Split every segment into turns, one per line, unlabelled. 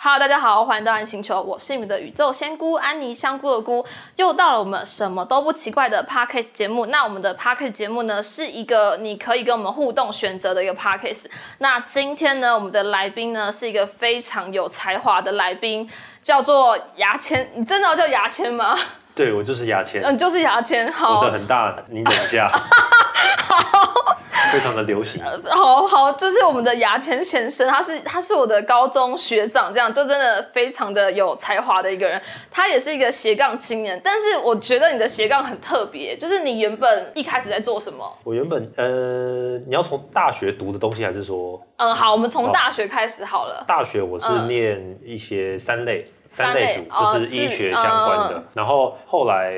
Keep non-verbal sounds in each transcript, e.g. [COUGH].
Hello，大家好，欢迎到人星球，我是你们的宇宙仙姑安妮香菇的菇，又到了我们什么都不奇怪的 Podcast 节目。那我们的 Podcast 节目呢，是一个你可以跟我们互动选择的一个 Podcast。那今天呢，我们的来宾呢是一个非常有才华的来宾，叫做牙签。你真的要叫牙签吗？
对，我就是牙签，
嗯，就是牙签。
我
好
的，很大，你忍一
[LAUGHS]
下。非常的流行，
好好，就是我们的牙签先生，他是他是我的高中学长，这样就真的非常的有才华的一个人。他也是一个斜杠青年，但是我觉得你的斜杠很特别，就是你原本一开始在做什么？
我原本呃，你要从大学读的东西，还是说
嗯，好，我们从大学开始好了。
大学我是
嗯
念一些三类、
三
三
类
类组，
哦
就是医
自
学相关的。
嗯
然后后来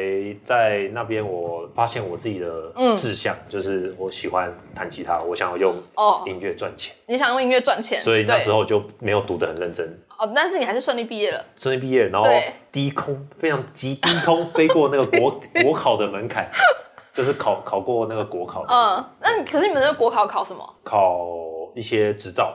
在那边，我发现我自己的
嗯
志向、就是我喜欢弹吉他，我想要用
哦，
音乐赚钱，
你想用音乐赚钱，
所以那
对
时候就没有读得很认真。
哦，但是你还是顺利毕业了。
顺利毕业，然后
对
低空非常极低空 [LAUGHS] 飞过那个
[LAUGHS]
国国考的门槛，就是考考过那个国考这样子，
嗯，那你可是你们那个国考考什么？
考一些执照。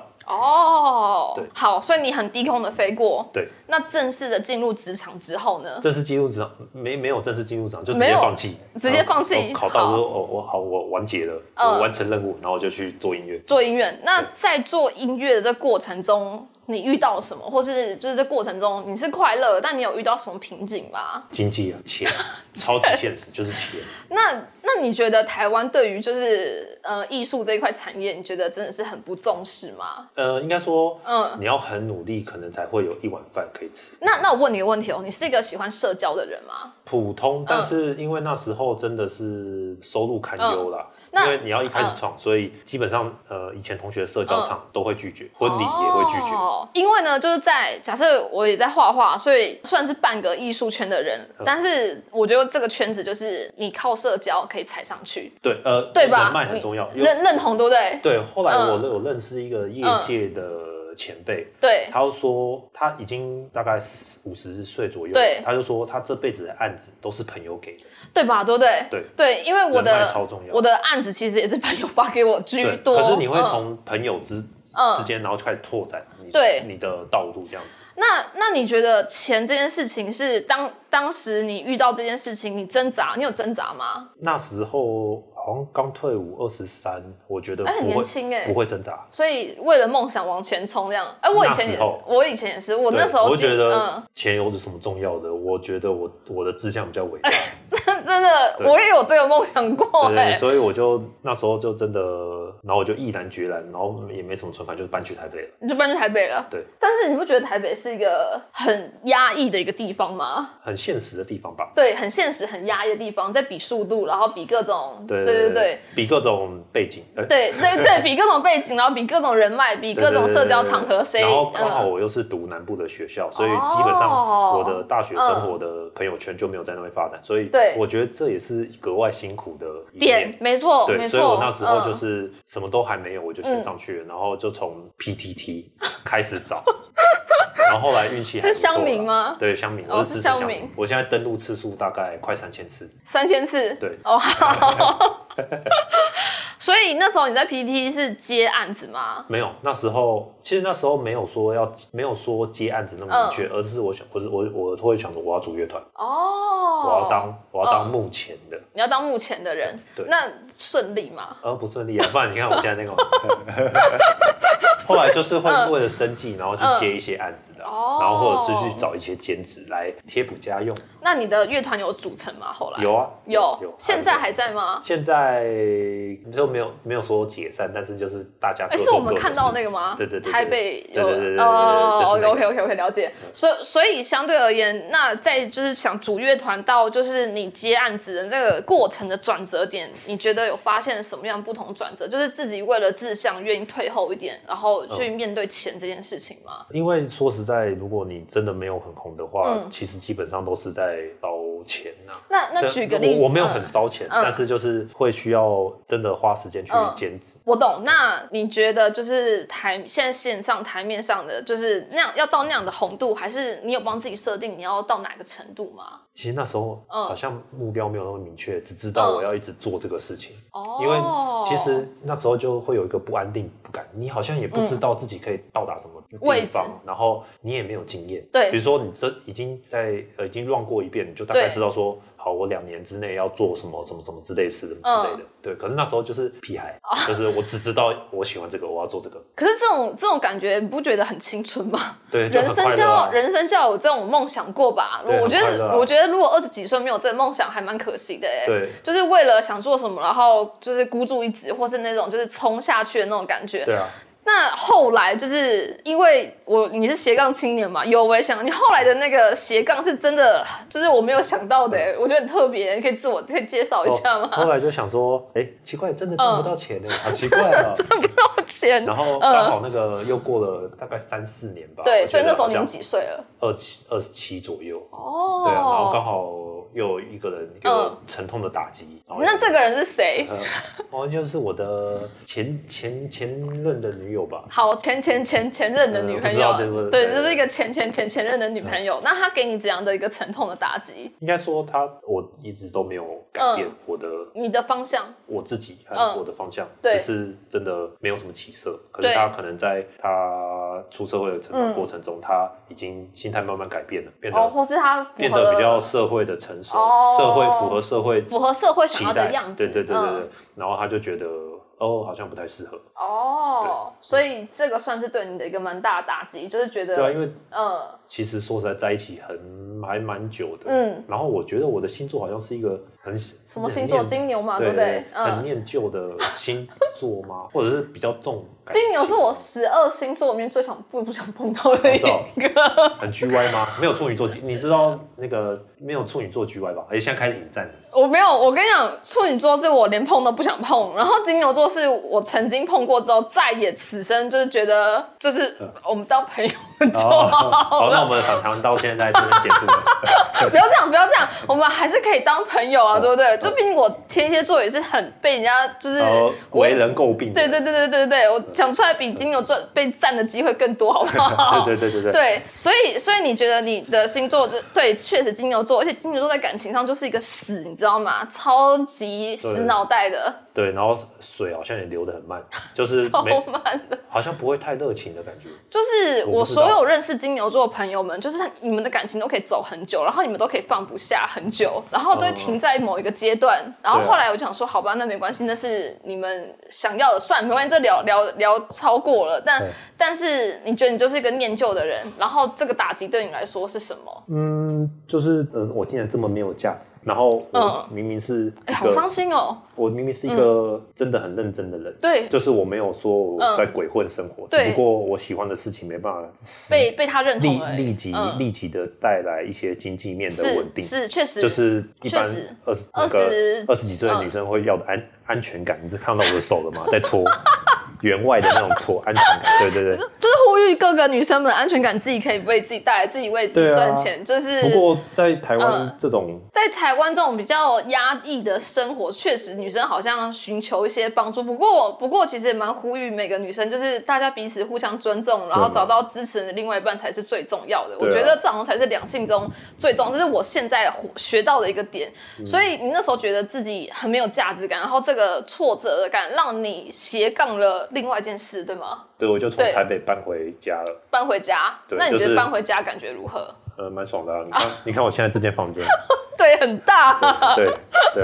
哦
对，
好，所以你很低空的飞过。
对，
那正式的进入职场之后呢？
正式进入职场没没有正式进入职场，就直
没
接
有
放弃，
直接放弃
然后考考到之后，哦，我好，我完结了，
嗯
我完成任务，然后就去做音乐。
做音乐。那在做音乐的这过程中，你遇到什么，或是就是这过程中你是快乐，但你有遇到什么瓶颈吗？
经济啊，
[LAUGHS]
钱，超级现实，就是钱。
那那你觉得台湾对于就是呃艺术这一块产业，你觉得真的是很不重视吗？
呃，应该说，
嗯，
你要很努力，可能才会有一碗饭可以吃。
那那我问你一个问题哦，你是一个喜欢社交的人吗？
普通，
嗯
但是因为那时候真的是收入堪忧啦，
嗯那
因为你要一开始闯，所以基本上呃，以前同学的社交场都会拒绝，婚礼也会拒绝。
嗯哦、因为呢，就是在假设我也在画画，所以算是半个艺术圈的人，
嗯
但是我觉得这个圈子就是你靠社交可以踩上去，
对，呃，
对吧
人脉很重要。有
认认同对不对？
对，后来我
嗯嗯
有认识一个业界的前辈，
对，
他就说他已经大概五十岁左右
对
了，他就说他这辈子的案子都是朋友给的，
对吧？对不对？
对
因为我
人脉
的
超重要
我的案子其实也是朋友发给我居
对。
多。
可是你会
嗯
从朋友之
嗯
之间，然后开始拓展你
对
你的道路这样子。
那那你觉得钱这件事情是当当时你遇到这件事情，你挣扎，你有挣扎吗？
那时候好像刚退伍二十三，我觉得
哎很
不
年
会、
轻哎
不会挣扎。
所以为了梦想往前冲，这样。哎、我以前也
那时
是
候，
我以前也是，我
对
那时候
我
进
觉得
嗯 [LAUGHS]
钱有什么重要的？我觉得我我的志向比较伟
[LAUGHS]
大，
真真的，
对
我也有这个梦想过
对对
哎、
对，所以我就那时候就真的，然后我就毅然决然，然后也没什么存款，就是搬去台北了。
你就搬去台北了。
对，
但是你不觉得台北是一个很压抑的一个地方吗？
很现实的地方吧。
对，很现实、很压抑的地方，在比速度，然后比各种，
对
对
对对，比各种背景，呃
对对对，比各种背景，然后比各种人脉，比
对
各种
对对
社交
对
场合，谁
然后刚好
嗯
我又是读南部的学校，所以
哦嗯
基本上我的大学生活的朋友圈就没有在那边发展，所以
对
我觉得这也是格外辛苦的一面
点，没错没
对，
错。
所以我那时候就
嗯
是什么都还没有，我就先上去了，然后就从 PTT [LAUGHS] 开始找，然后后来运气还不
是
错
乡
啦
民吗
对，乡民，
哦
我是支
是
持
乡
乡
民
民。我现在登录次数大概快三千次，
三千次，
对
哦，好 [LAUGHS] 所以那时候你在 PT 是接案子吗？
没有。那时候其实那时候没有说要没有说接案子那么
嗯
明确，而是我想，我是我我会想着我要组乐团，
哦，
我要当我要当
嗯
幕前的，
你要当幕前的人，
对
那顺利吗？
而不顺利啊。不然你看我现在那个。 [LAUGHS] 后来就是会为了生计，然后去接一些案子的，啊
哦
然后或者是去找一些兼职来贴补家用。
那你的乐团有组成吗？后来
有啊，
有
有，
现在还在吗？
现在就没有没有说解散，但是就是大家
哎，
各
是
做
我
各
们
的事。
看到那个吗？
对对对对
台北有
对对对对对对
哦
就是那个嗯
OK OK OK 了解。所以所以相对而言，那在就是想组乐团到就是你接案子的这个过程的转折点，你觉得有发现什么样不同转折？就是自己为了志向愿意退后一点，然后
嗯
去面对钱这件事情吗？
因为说实在，如果你真的没有很红的话，
嗯
其实基本上都是在烧钱呐、
那那
对
举个例子，
我我没有很
嗯
烧钱，
嗯
但是就是会需要真的花时间去
嗯
兼职。
我懂，那你觉得就是台现在线上台面上的，就是那样要到那样的红度，还是你有帮自己设定你要到哪个程度吗？
其实那时候
嗯
好像目标没有那么明确，只知道
嗯
我要一直做这个事情。
哦，
因为其实那时候就会有一个不安定感，你好像也不知道自己可以到达什么地
嗯位置
方，然后你也没有经验。
对
比如说你这已经在呃已经 run 过一遍，你就大概
对
知道说，好，我两年之内要做什么什么什么之类事什么之
嗯
类的。对，可是那时候就是屁孩，
哦
就是我只知道我喜欢这个，我要做这个。
可是这种这种感觉，你不觉得很青春吗？
对， [LAUGHS] 就
人
很
生
快
就
乐
要
啊。
人生就要有这种梦想过吧？
对
我觉
很快乐
得
啊
我觉得如果二十几岁没有这个梦想，还蛮可惜的哎。
对
就是为了想做什么，然后就是孤注一掷，或是那种就是冲下去的那种感觉。[LAUGHS]
对啊，
那后来就是因为我你是斜杠青年嘛，有我也想你后来的那个斜杠是真的，就是我没有想到的
嗯
欸，我觉得很特别，可以自我可以介绍一下 [LAUGHS]
后后
吗？
来就想说，哎，奇怪，真的赚不到钱呢，好奇怪
[LAUGHS]
啊。
钱
然后刚好那个又过了大概三四年吧，
嗯对，
我觉
所以
得
那时候
好
你
像
们几岁了？
二七二十七左右，
哦，嗯
对啊，然后刚好又有一个人给我沉痛的打击，然后
那这个人是谁？
呃，哦，就是我的前前前任的女友吧，
好，前前前前任的女朋
嗯不知道这
友，
个
对，
对嗯
就是一个前前前前任的女朋友。那她给你怎样的一个沉痛的打击？
应该说她我一直都没有改变
嗯
我的、
你的方向，
我自己和
嗯
我的方向，
对
只是真的没有什么起色。可是
对嗯
她可能在她出社会的成长过程中，她已经心态慢慢改变了，变得、
哦，或是她符
变
合
得
了
比较社会的成熟，
哦
社会符合社会
符合社会想
期
要
待
的样子，
对对对对对。
嗯
然后他就觉得哦，好像不太适合。
哦，所以这个算是对你的一个蛮大的打击，就是觉得，
对啊，因为
嗯
其实说实在，在一起很还蛮久的。
嗯，
然后我觉得我的星座好像是一个很
什
什
么星座？金牛嘛，对
对
不
对
对，？
很
嗯，
念旧的星座吗？ [LAUGHS] 或者是比较重感情
金牛是我十二星座里面最想不不想碰到的一
是哦
个。
很 G Y 吗？没有处女座，你知道那个没有处女座 G Y 吧？哎而且现在开始引战了。
[LAUGHS] 我没有，我跟你讲，处女座是我连碰都不想碰，然后金牛座是我曾经碰过之后，再也此生就是觉得，就是我们当朋友就
哦
好
好，那
了，
我们访谈到现在这边结束了。
不要这样，不要这样，我们还是可以当朋友啊，对不对？就毕竟我天蝎座也是很被人家就是
然
我
后哦为人诟病的。
对对对对对对对，我讲出来比金牛座被赞的机会更多，好不好？
对对对对对。
对所以所以你觉得你的星座就对，确实金牛座，而且金牛座在感情上就是一个死，你知道吗？超级死脑袋的，
对，然后水好像也流得很
[LAUGHS]
慢，就是
超
没
慢的。
好像不会太热情的感觉。
就是我
我不知道
所有认识金牛座的朋友们，就是你们的感情都可以走很久，然后你们都可以放不下很久，然后都会
嗯
停在某一个阶段。然后
对啊
后来我就想说，好吧，那没关系，那是你们想要的，算没关系，这聊聊聊超过了。但
对
但是你觉得你就是一个念旧的人，然后这个打击对你来说是什么？
嗯，就是呃，我竟然这么没有价值，然后我
嗯
明明是
哎、
一
好
个，
伤心哦。
我明明是一个真的很认真的人，
对，嗯
就是我没有说我在鬼混生活，
对
只不过我喜欢的事情没办法实
被被他认同
立
了，
立即
嗯
立即的带来一些经济面的稳
是
定。
是确实，
就是一般
确实
二十
二
那
十嗯
个二十几岁的女生会要的安、安全感，你是看到我的手了吗？在搓员外的那种搓安全感，对对对。
就是呼吁各个女生们安全感，自己可以为自己带来，自己为自己
对啊
赚钱，就是
不过在台湾
嗯
这种，
在台湾这种比较压抑的生活，确实女生好像寻求一些帮助。不过，不过其实也蛮呼吁每个女生，就是大家彼此互相尊重，然后找到支持的另外一半才是最重要的。我
对啊
觉得这好像才是两性中最重要，这是我现在学到的一个点。所以你那时候觉得自己很没有价值
嗯
感，然后这个挫折感让你斜杠了另外一件事，对吗？
对我就从
对
台北搬回家了，
搬回家，
对
那你觉
就
得
是
搬回家感觉如何？
呃，蛮爽的、啊。你看，你看我现在这间房间，
对，很大。
对 对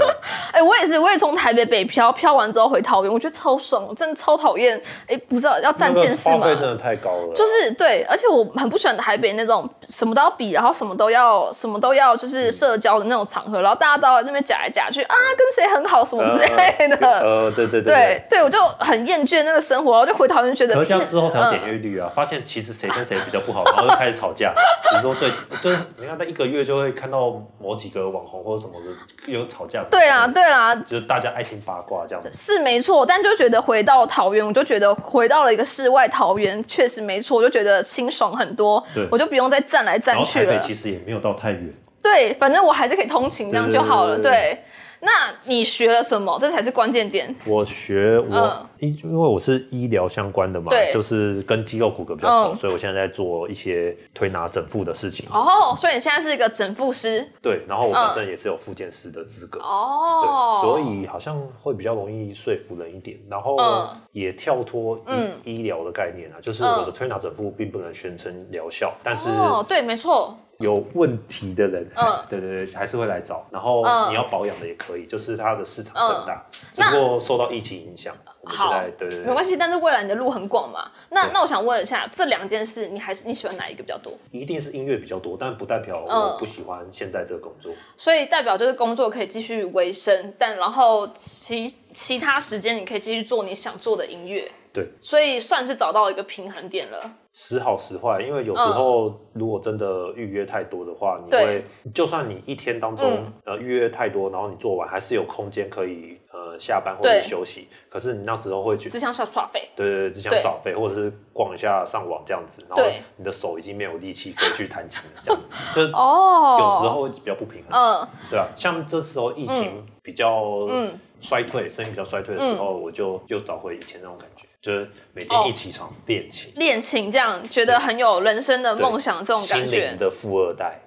[LAUGHS]
啊，
哎、我也是，我也从台北北漂，漂完之后回桃园，我觉得超爽，我真的超讨厌。哎、不知道要
那
占
个
县市
花
嘛
费，真的太高了啊。
就是对，而且我很不喜欢台北那种什么都要比，然后什么都要什么都要就是
嗯
社交的那种场合，然后大家都在那边夹来夹去啊，跟谁很好什么之类的。
呃，对对对
对对，我就很厌倦那个生活，然后就回桃园觉得
可是这样
天
之后才有点
嗯
阅率啊，发现其实谁跟谁比较不好， [LAUGHS] 然后就开始吵架。比如说最就是你看，在一个月就会看到某几个网红或者什么的有吵架什么之类的。
对啦对啦，
就是大家爱听八卦这样子。
是没错，但就觉得回到桃园，我就觉得回到了一个世外桃源，确实没错，我就觉得清爽很多
对，
我就不用再站来
然
站
后
去
台
了。
北其实也没有到太远，
对，反正我还是可以通勤，这样就好了。
对对对
对，那你学了什么？这才是关键点。
我学我
嗯
医，因为我是医疗相关的嘛，
对
就是跟肌肉骨骼比较熟，
嗯
所以我现在在做一些推拿整复的事情。
哦，所以你现在是一个整复师
对，然后我
嗯
本身也是有复健师的资格。
哦
对，，所以好像会比较容易说服人一点，然后
嗯
也跳脱医、
嗯
医疗的概念啊，就是
嗯
我的推拿整复并不能宣称疗效，但是
哦，对，没错，
有问题的人，
嗯
对对对，还是会来找。然后
嗯
你要保养的也可以，就是它的市场
嗯
更大，只不过受到疫情影响，我们现
好
在对对
没
对
关，系。但是未来你的路很广嘛。那
对
那我想问一下，这两件事，你还是你喜欢哪一个比较多？
一定是音乐比较多，但不代表
嗯
我不喜欢现在这个工作。
所以代表就是工作可以继续维生，但然后其其他时间你可以继续做你想做的音乐。
对，
所以算是找到一个平衡点了。
时好时坏，因为有时候如果真的预约太多的话，
嗯
你
对
会就算你一天当中、
嗯
呃预约太多，然后你做完还是有空间可以呃下班或者
对
是休息，可是你那时候会去
只想小耍费，
对对对，只想
对
耍废或者是逛一下上网这样子，然后
对
你的手已经没有力气可以去弹琴了，这样子，就是有
哦
时候会比较不平衡，
嗯
对啊，像这时候疫情比较
嗯
衰退，声音比较衰退的时候，我就又找回以前那种感觉，就是每
哦
天一起床练琴。
恋情这样，觉得很有人生的
对
梦想这种感
心灵
觉。
的富二代，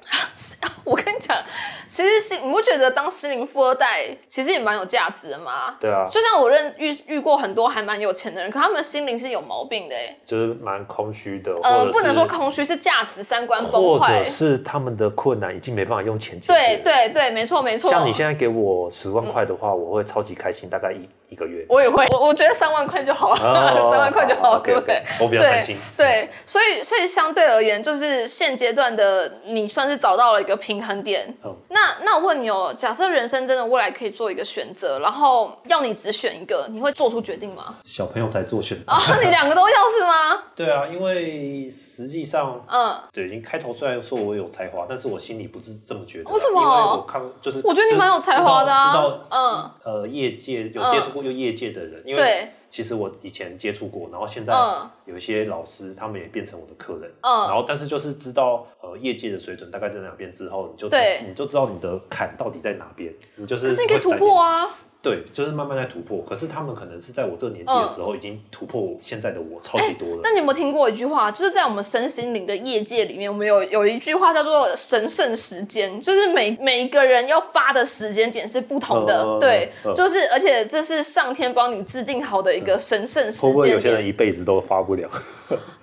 我跟你讲，其实是你不觉得当心灵富二代其实也蛮有价值的吗？
对啊，
就像我认遇遇过很多还蛮有钱的人，可他们心灵是有毛病的、欸，
就是蛮空虚的，或
呃，
者
不能
是
说空虚，是价值三观崩
或
坏
者。是他们的困难已经没办法用钱解决。
对，对对，没错没错。
像你现在给我十万块的话，我会超级开心，大概一一个月。
我也会，我我觉得三万块就好了，[LAUGHS]
哦
三万块就好了，对
OK，OK，
不对？
我比较担心
对。对，所以所以相对而言，就是现阶段的你算是找到了一个平衡点。
嗯
那那我问你哦，假设人生真的未来可以做一个选择，然后要你只选一个，你会做出决定吗？
小朋友才做选择。
啊， [LAUGHS] 你两个都要是吗？
对啊，因为实际上。
嗯，
对，已经开头虽然说我有才华，但是我心里不是这么觉得啊。
为什么
因为我看就是，
我觉得你蛮有才华的
知
啊
道，知
嗯
道呃，业界有接触过就业界的人，因为
对
其实我以前接触过，然后现在
嗯
有一些老师他们也变成我的客人，
嗯
然后但是就是知道呃业界的水准大概在哪边之后，你就
对
你就知道你的坎到底在哪边，你就是
可是你可以
会
突
闪
破啊。
对，就是慢慢在突破。可是他们可能是在我这个年纪的时候，已经突破我现在的我超级多了。
嗯哎那你有没有听过一句话？就是在我们身心灵的业界里面，我们有有一句话叫做“神圣时间”，就是每每一个人要发的时间点是不同的。
嗯
对，
嗯
就是而且这是上天帮你制定好的一个神圣时
会不会有
间
些人
点。
一辈子都发不了？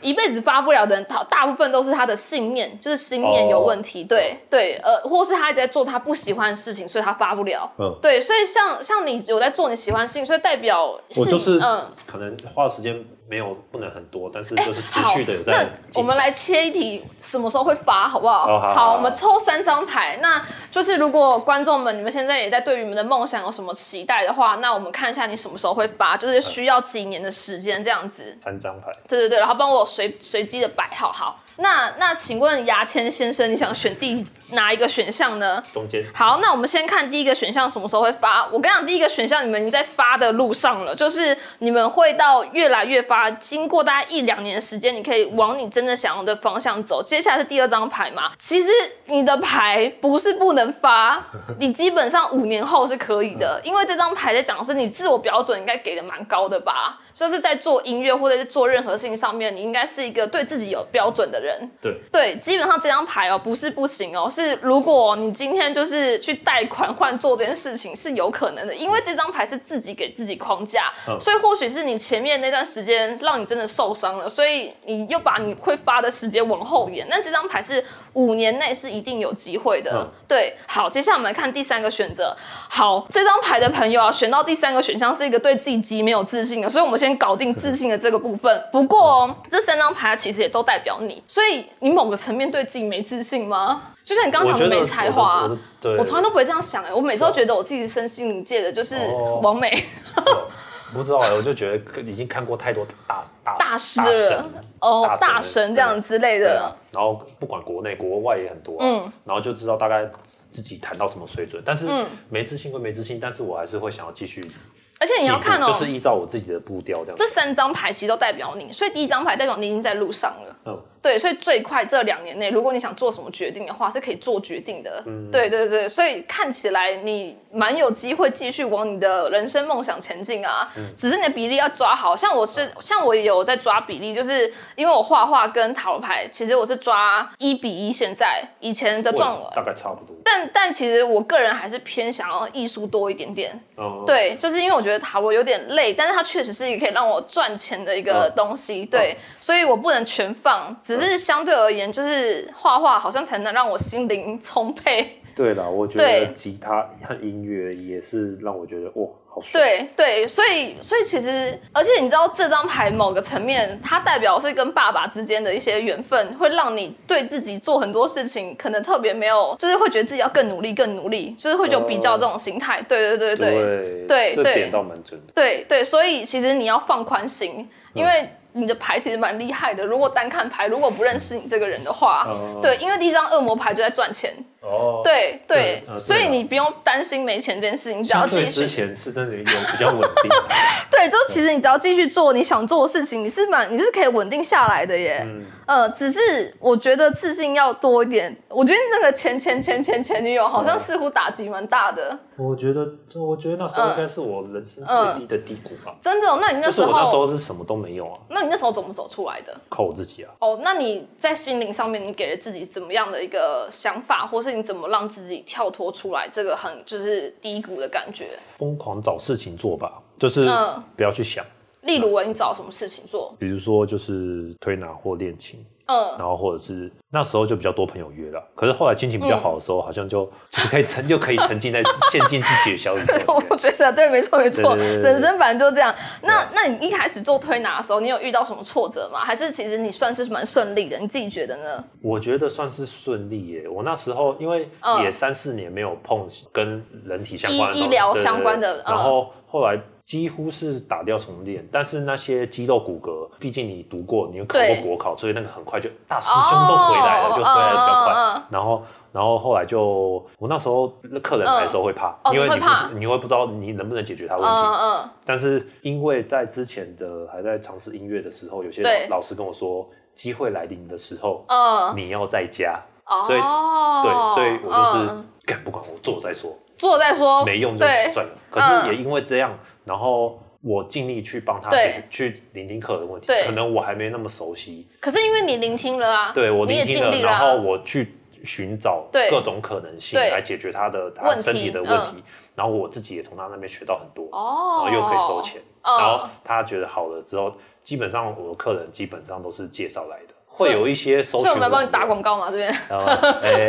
一辈子发不了的人，大大部分都是他的信念，就是信念有问题。
哦
对对，呃，或是他一直在做他不喜欢的事情，所以他发不了。
嗯，
对，所以像像你有在做你喜欢的事情，所以代表
[LAUGHS] 我就是
嗯。
可能花的时间没有不能很多，但是
哎
就是持
好，
续的有在
那
进展。
我们来切一题，什么时候会发，好不好？
哦好好好
我们抽三张牌。那就是如果观众们你们现在也在对于你们的梦想有什么期待的话，那我们看一下你什么时候会发，就是需要几年的时间这样子。
三张牌，
对对对，然后帮我随随机的摆好好。那那请问牙签先生，你想选第哪一个选项呢？
中间
好，那我们先看第一个选项什么时候会发。我跟你讲，第一个选项你们已经在发的路上了，就是你们会到越来越发，经过大概一两年的时间，你可以往你真的想要的方向走。接下来是第二张牌嘛，其实你的牌不是不能发，你基本上五年后是可以的，因为这张牌在讲的是你自我标准应该给的蛮高的吧，就是在做音乐或者是做任何事情上面，你应该是一个对自己有标准的人。
对，
对，基本上这张牌哦，不是不行哦，是如果你今天就是去贷款换做这件事情是有可能的，因为这张牌是自己给自己框架，
嗯
所以或许是你前面那段时间让你真的受伤了，所以你又把你会发的时间往后延。那这张牌是五年内是一定有机会的。
嗯
对，好，接下来我们来看第三个选择。好，这张牌的朋友啊，选到第三个选项是一个对自己极没有自信的，所以我们先搞定自信的这个部
嗯
分。不过、哦，这三张牌其实也都代表你，所以你某个层面对自己没自信吗？就像你刚刚
我
讲
觉得
没才华
我
啊
的我的，对，
我从来都不会这样想哎、我每次都觉得我自己是身心灵界的就是
哦
完美。
是哦 [LAUGHS] 不知道哎，我就觉得已经看过太多大大
大师
大神
了
了
哦，
大
大
神
神这样之类
对
的
啊，，然后不管国内国外也很多、啊，
嗯
然后就知道大概自己谈到什么水准，但是没自信归没自信，但是我还是会想要继续进步，
而且你要看哦，
就是依照我自己的步调这样
这
子，
三张牌其实都代表你，所以第一张牌代表你已经在路上了。
嗯，
对，所以最快这两年内，如果你想做什么决定的话，是可以做决定的。对对对，所以看起来你蛮有机会继续往你的人生梦想前进啊。只是你的比例要抓好，像我是像我也有在抓比例，就是因为我画画跟塔罗牌，其实我是抓一比一。现在以前的状
我大概差不多。
但但其实我个人还是偏想要艺术多一点点，
嗯，
对，就是因为我觉得塔罗有点累，但是它确实是一个可以让我赚钱的一个
嗯
东西，对，所以我不能全放，只是相对而言，就是画画好像才能让我心灵充沛，
对啦，我觉
对
得吉他和音乐也是让我觉得哇，好爽。
对对，所以所以其实，而且你知道这张牌某个层面，它代表是跟爸爸之间的一些缘分，会让你对自己做很多事情可能特别没有，就是会觉得自己要更努力，更努力，就是会有比较这种心态，对对对对。
哦对
对
这
对
点倒蛮准的。
对对，所以其实你要放宽心，
嗯
因为你的牌其实蛮厉害的。如果单看牌，如果不认识你这个人的话，
哦
对，因为第一张恶魔牌就在赚钱，
哦，
对对
对，呃
所以
对啊
你不用担心没钱这件事情，你只要
相
继
对
续
之前是真的有比较稳定。啊
[LAUGHS] 对，就其实你只要继续做你想做的事情，你是蛮你是可以稳定下来的耶。
嗯
呃，只是我觉得自信要多一点。我觉得那个前前前前前女友好
嗯
像似乎打击蛮大的，
我觉得，我觉得那时候应该是我人生最低的低谷吧。
真的哦、那你嗯那
就
时
是我那时
候，
候是什么都没有啊，
那你那时候怎么走出来的？
靠我自己啊。
哦，那你在心灵上面，你给了自己怎么样的一个想法，或是你怎么让自己跳脱出来这个很就是低谷的感觉？
疯狂找事情做吧，就是
嗯
不要去想，
例如，啊你找什么事情做？
比如说就是推拿或练琴，
嗯，
然后或者是那时候就比较多朋友约了。可是后来心情比
嗯
较好的时候，好像就就可以沉，就可以
[LAUGHS]
沉浸在陷进自己的小宇宙里
[LAUGHS] 我
面。
觉得对，没错没错，
对对对对
人生反正就这样。那那你一开始做推拿的时候，你有遇到什么挫折吗？还是其实你算是蛮顺利的？你自己觉得呢？
我觉得算是顺利耶。我那时候因为
嗯
也三四年没有碰跟人体相关的
医
东
医
西
疗
对对
相关
对
的嗯
然后后来。几乎是打掉重练，但是那些肌肉骨骼，毕竟你读过，你又考
对
过国考，所以那个很快就大师兄都回来
哦
了，就回来的比较快。
嗯嗯嗯
然后，然后后来就我那时候客人来的时候会怕，
嗯哦
因为
你会
你不知
怕
你会不知道你能不能解决他
嗯
问题。
嗯
但是因为在之前的还在尝试音乐的时候，有些
对
老老师跟我说，机会来临的时候，
嗯，
你要在家，
哦，
所以对，所以我就是
嗯
干、不管我做再说，
做再说，
没用就
对，
算了。可
嗯
是也因为这样，然后我尽力去帮他
对
去去聆听客人的问题
对，
可能我还没那么熟悉，
可是因为你聆听了啊，
对我
你
聆
也
听
尽
了，
力啊
然后我去寻找
对
各种可能性
对
来解决他的他
问题嗯
身体的问题，然后我自己也从他那边学到很多，
哦
然后，又可以收钱，
哦
然后他觉得好了之后，基本上我的客人基本上都是介绍来的，会有一些搜
所以
寻网
我们要
友，
帮你打广告嘛，这边、 [LAUGHS]
然后哎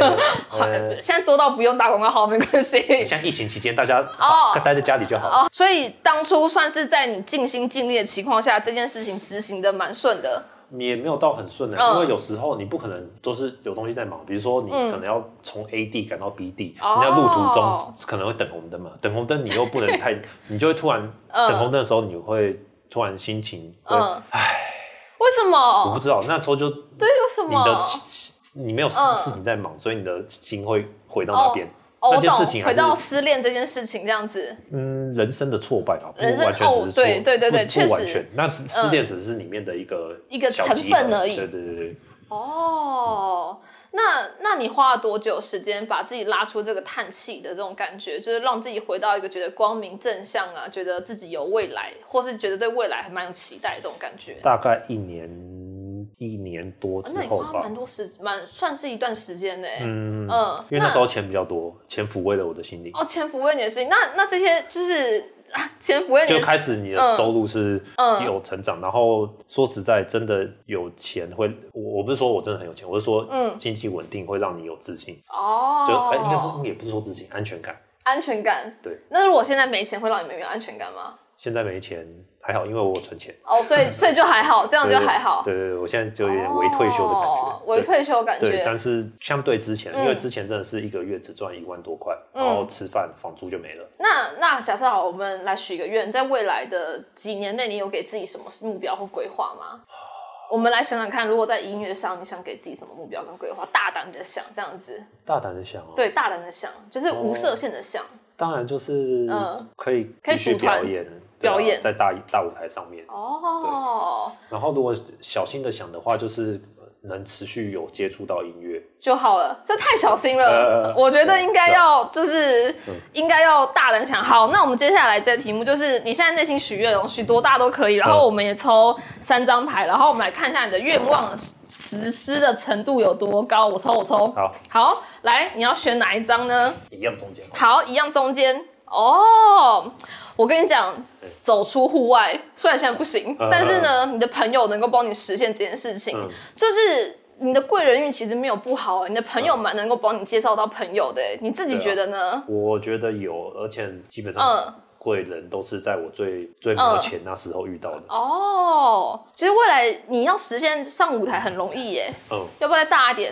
呃
现在多到不用打广告，好，没关
[LAUGHS]
系。
哎像疫情期间大家
哦
待在家里就好了。
哦，所以当初算是在你尽心尽力的情况下，这件事情执行的蛮顺的。
你也没有到很顺的、
嗯
因为有时候你不可能都是有东西在忙，比如说你可能要从 A 地赶到 B 地，
哦
你在路途中可能会等红灯嘛，等红灯你又不能
[LAUGHS]
太，你就会突然、
嗯
等红灯的时候，你会突然心情会，
嗯，为什
我不
么？
知道那时候就你
对，为什
的
么？
你没有事、
嗯
事情在忙，所以你的心会回到那边。
哦，我
那件
懂
事，情还
回
是
到失恋这件事情这样子。
嗯，人生的挫败吧，不
人生
完全只是
哦
挫
对对对对
不
确
不完
实嗯
全，那只失恋只是里面的一个
一个
小
成
集
分
合
而已
对对对对。
哦，那那你花了多久时间把自己拉出这个叹气的这种感觉，就是让自己回到一个觉得光明正向啊，觉得自己有未来，或是觉得对未来还蛮有期待的这种感觉？
大概一年一年多
啊
之
那你
后
花
吧
蛮。多时，蛮算是一段时间呢、
嗯，
嗯
因为那时候钱比较多，钱抚慰了我的心灵，
哦，前抚慰你的事情，那那这些就是啊，前抚慰你
就
的事
开始你的收入是
嗯
有成长。然后说实在，真的有钱会，我我不是说我真的很有钱，我是说
嗯
经济稳定会让你有自信，就哎，应该 [LAUGHS]
哦
不，也不是说自信，安全感。
安全感。
对，
那如果现在没钱，会让你没有安全感吗？
现在没钱还好，因为我有存钱，
哦，所
[LAUGHS]
以所以就还好，这样
那
就还好。
对对对，我现在就有点微退休的感觉
哦，微
对
退休的感觉。
对，但是相对之前，因为
嗯
之前真的是一个月只赚一万多块，
嗯
然后吃饭、房租就没了。
那那假设好，我们来许个愿，在未来的几年内，你有给自己什么目标或规划吗？我们来想想看，如果在音乐上，你想给自己什么目标跟规划？大胆的想，这样子，
大胆的想哦，
对，大胆的想，就是无设限的想。
当然就是
嗯
可以
可以
继续
组团
表演，对啊
表演
在大大舞台上面。
哦，
然后如果小心的想的话，就是呃能持续有接触到音乐，
就好了，这太小心了。
呃嗯
我觉得应该要就是、应该要大胆想。好，那我们接下来这个题目就是你现在内心许愿的哦容许多大都可以，然
嗯
后我们也抽三张牌，然后我们来看一下你的愿望实施的程度有多高。我抽，我抽。
好，
好，来，你要选哪一张呢？
一样中间。
好，一样中间哦。我跟你讲
对，
走出户外，虽然现在不行，
嗯
但是呢，你的朋友能够帮你实现这件事情，
嗯
就是你的贵人运其实没有不好、欸你的朋友蛮能够帮你介绍到朋友的、欸你自己
对啊
觉得呢？
我觉得有，而且基
嗯
本上贵人都是在我最最没有钱那时候遇到的。
哦，其实未来你要实现上舞台很容易耶，
嗯，
要不要再大一点？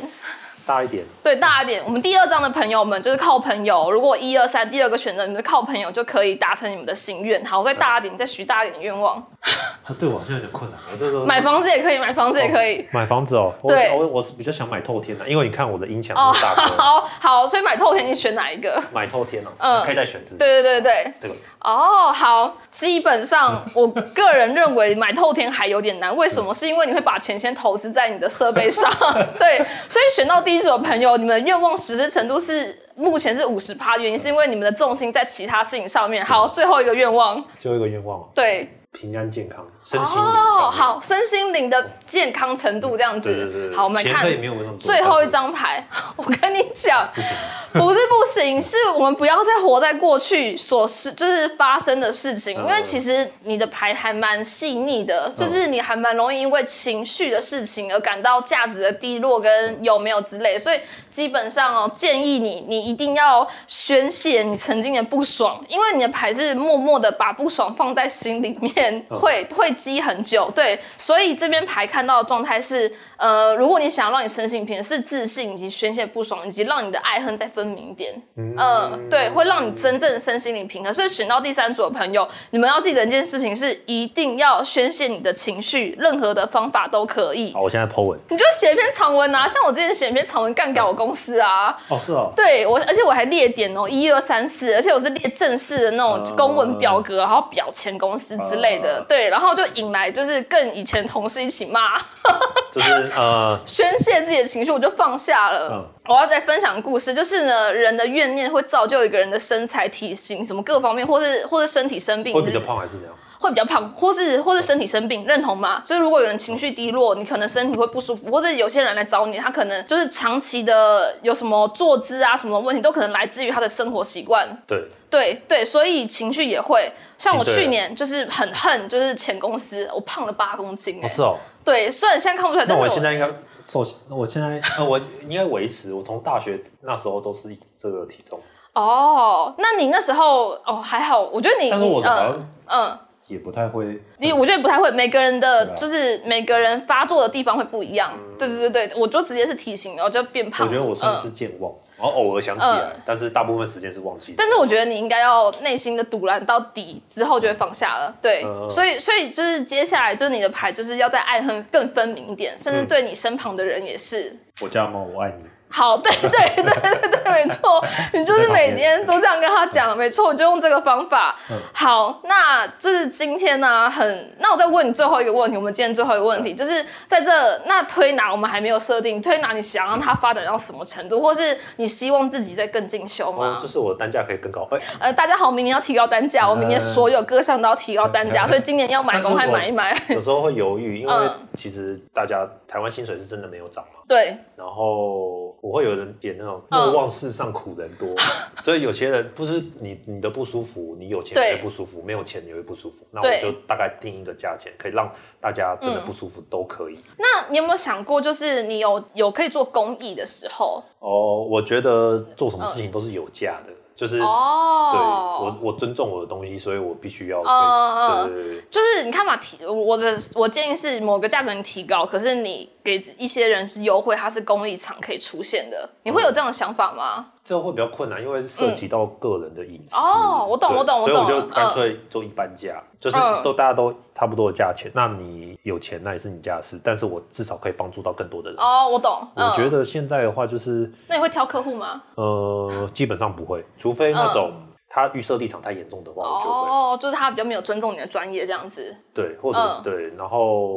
大一点，
对，大一点。我们第二章的朋友们就是靠朋友，如果一二三第二个选择，你们靠朋友就可以达成你们的心愿。好，再大一
嗯
点，你再许大一点的愿望，
他啊对我好像有点困难。我这时候
买房子也可以，买房子也可以。
买房子哦，我
对
我我是比较想买透天的，啊因为你看我的音响
哦，
那么大颗，
好好，所以买透天你选哪一个？
买透天哦，
嗯
可以再选择。
对对对对，
这个
哦，好，基本上我个人认为买透天还有点难，为什么？是因为你会把钱先投资在你的设备
[LAUGHS]
上，对，所以选到第一组的朋友，你们的愿望实施程度是目前是五十趴，原因是因为你们的重心在其他事情上面。好，最后一个愿望，
最后一个愿望哦，
对，
平安健康，身心灵
哦，
方面。
好，身心灵的健康程度这样
对对对
子，
对，
好，我们来
钱
看
可以没有那么多
最后一，
但是
张牌， [LAUGHS] 我跟你讲，
不行，
不是不行，是我们不要再活在过去所事，就是发生的事情，
嗯嗯
因为其实你的牌还蛮细腻的，就是你还蛮容易因为情绪的事情而感到价值的低落跟有没有之类，所以基本上哦，建议你你一定要宣泄你曾经的不爽，因为你的牌是默默的把不爽放在心里面，
嗯
会会积很久，对，所以这边牌看到的状态是，呃，如果你想让你身心平衡，是自信以及宣泄不爽，以及让你的爱恨再分明一点，
嗯
嗯，对，会让你真正身心灵平衡。所以选到第三组的朋友，你们要记得一件事情是，一定要宣泄你的情绪，任何的方法都可以
好，。我现在 Po 文。
你就写一篇长文啊，像我之前写一篇长文干掉我公司啊，
哦，是哦，
对我，而且我还列点哦，一二三四，而且我是列正式的那
嗯
种公文表格，然后表前公司之类的，
啊
对，然后就引来就是跟以前同事一起骂，
[LAUGHS]
[LAUGHS]
就是呃，
宣泄自己的情绪，我就放下了。
嗯
我要再分享故事，就是呢，人的怨念会造就一个人的身材、体型什么各方面，或是或是身体生病，
会比较胖还是怎样？
会比较胖，或是或是身体生病，认同吗？就是如果有人情绪低落，你可能身体会不舒服，或者有些人来找你，他可能就是长期的有什么坐姿啊什么问题，都可能来自于他的生活习惯。
对，
对对，所以情绪也会。像我
嗯对
去年就是很恨，就是前公司我胖了八公斤、
哦
哎、
是哦，
对，虽然现在看不出来，但
那
是
我现在应该瘦，那我现在呃，我应该维持，我从大学那时候都是一直这个体重，
哦，那你那时候哦还好，我觉得你
但是我
你
好
呃
像
嗯，
也不太会，
你我觉得不太会，每个人的
对啊嗯
就是每个人发作的地方会不一样。对对对对，我就直接是体型，然后就变
我
胖。呃
觉得我算是
嗯。
健忘，然后偶尔想起来，但是大部分时间是忘记的。
但是我觉得你应该要内心的堵拦到底之后就会放下了，对，
嗯嗯
所以所以就是接下来就是你的牌就是要在爱恨更分明一点，
嗯
甚至对你身旁的人也是。
我家猫，我爱你。
好，对对对对对，没
[LAUGHS]
错，你就是每天都这样跟他讲，没错，我就用这个方法。
嗯
好，那就是今天呢、很，那我再问你最后一个问题，我们今天最后一个
嗯
问题就是在这那推拿我们还没有设定，推拿你想让它发展到什么程度，或是你希望自己再更进修
哦
吗，
就？是我的单价可以更高。哎、
呃，大家好，明年要提高单价，我明年所有各项都要提高单价，所以今年要买公
嗯但
还
是我
买一买。
有时候会犹豫，因为
嗯
其实大家台湾薪水是真的没有涨嘛。
对，
然后我会有人点那种
嗯
莫忘世上苦人
[LAUGHS]
多，所以有些人不是你你的不舒服，你有钱
对
也会不舒服，没有钱也会不舒服。那
对嗯
我就大概定一个价钱，可以让大家真的不舒服都可以。
那你有没有想过，就是你有有可以做公益的时候？
哦，我觉得做什么事情都是有价的，就是、对
嗯哦
我，我尊重我的东西，所以我必须要、
嗯嗯嗯
对对对对。
就是你看嘛，提我的我建议是某个价格你提高，可是你给一些人是优惠，它是公益场可以出现的，你会有这样的想法吗？
这会比较困难，因为涉及到个人的隐私。
嗯哦我懂
对
我懂我
所以我
懂
就干脆做一般价，就是
嗯
都大家都差不多的价钱。那你有钱那也是你家的事，但是我至少可以帮助到更多的人。
哦，我懂，
嗯我觉，得现在的话就是，
那你会挑客户吗？
呃，基本上不会，除非
嗯
那种他预设立场太严重的话，
哦
我就会
哦，就是他比较没有尊重你的专业这样子，
对，或者、
嗯
对，然后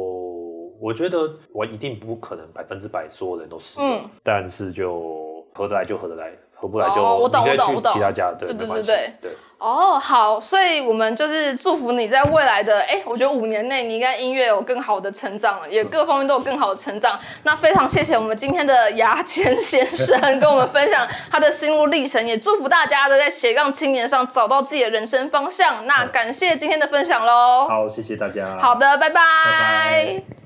我觉得我一定不可能百分之百所有人都适应，
嗯，
但是就合得来就合得来，合不来就
哦我懂
你可以
我懂
去
我懂
其他家，对，
对对
没关系，
对
对，
哦，好，所以我们就是祝福你在未来的，哎，我觉得五年内你应该音乐有更好的成长，也各方面都有更好的成长。那非常谢谢我们今天的牙签先生跟我们分享他的心路历程，也祝福大家都在斜杠青年上找到自己的人生方向。那感谢今天的分享喽，
好，谢谢大家。
好的，拜拜
拜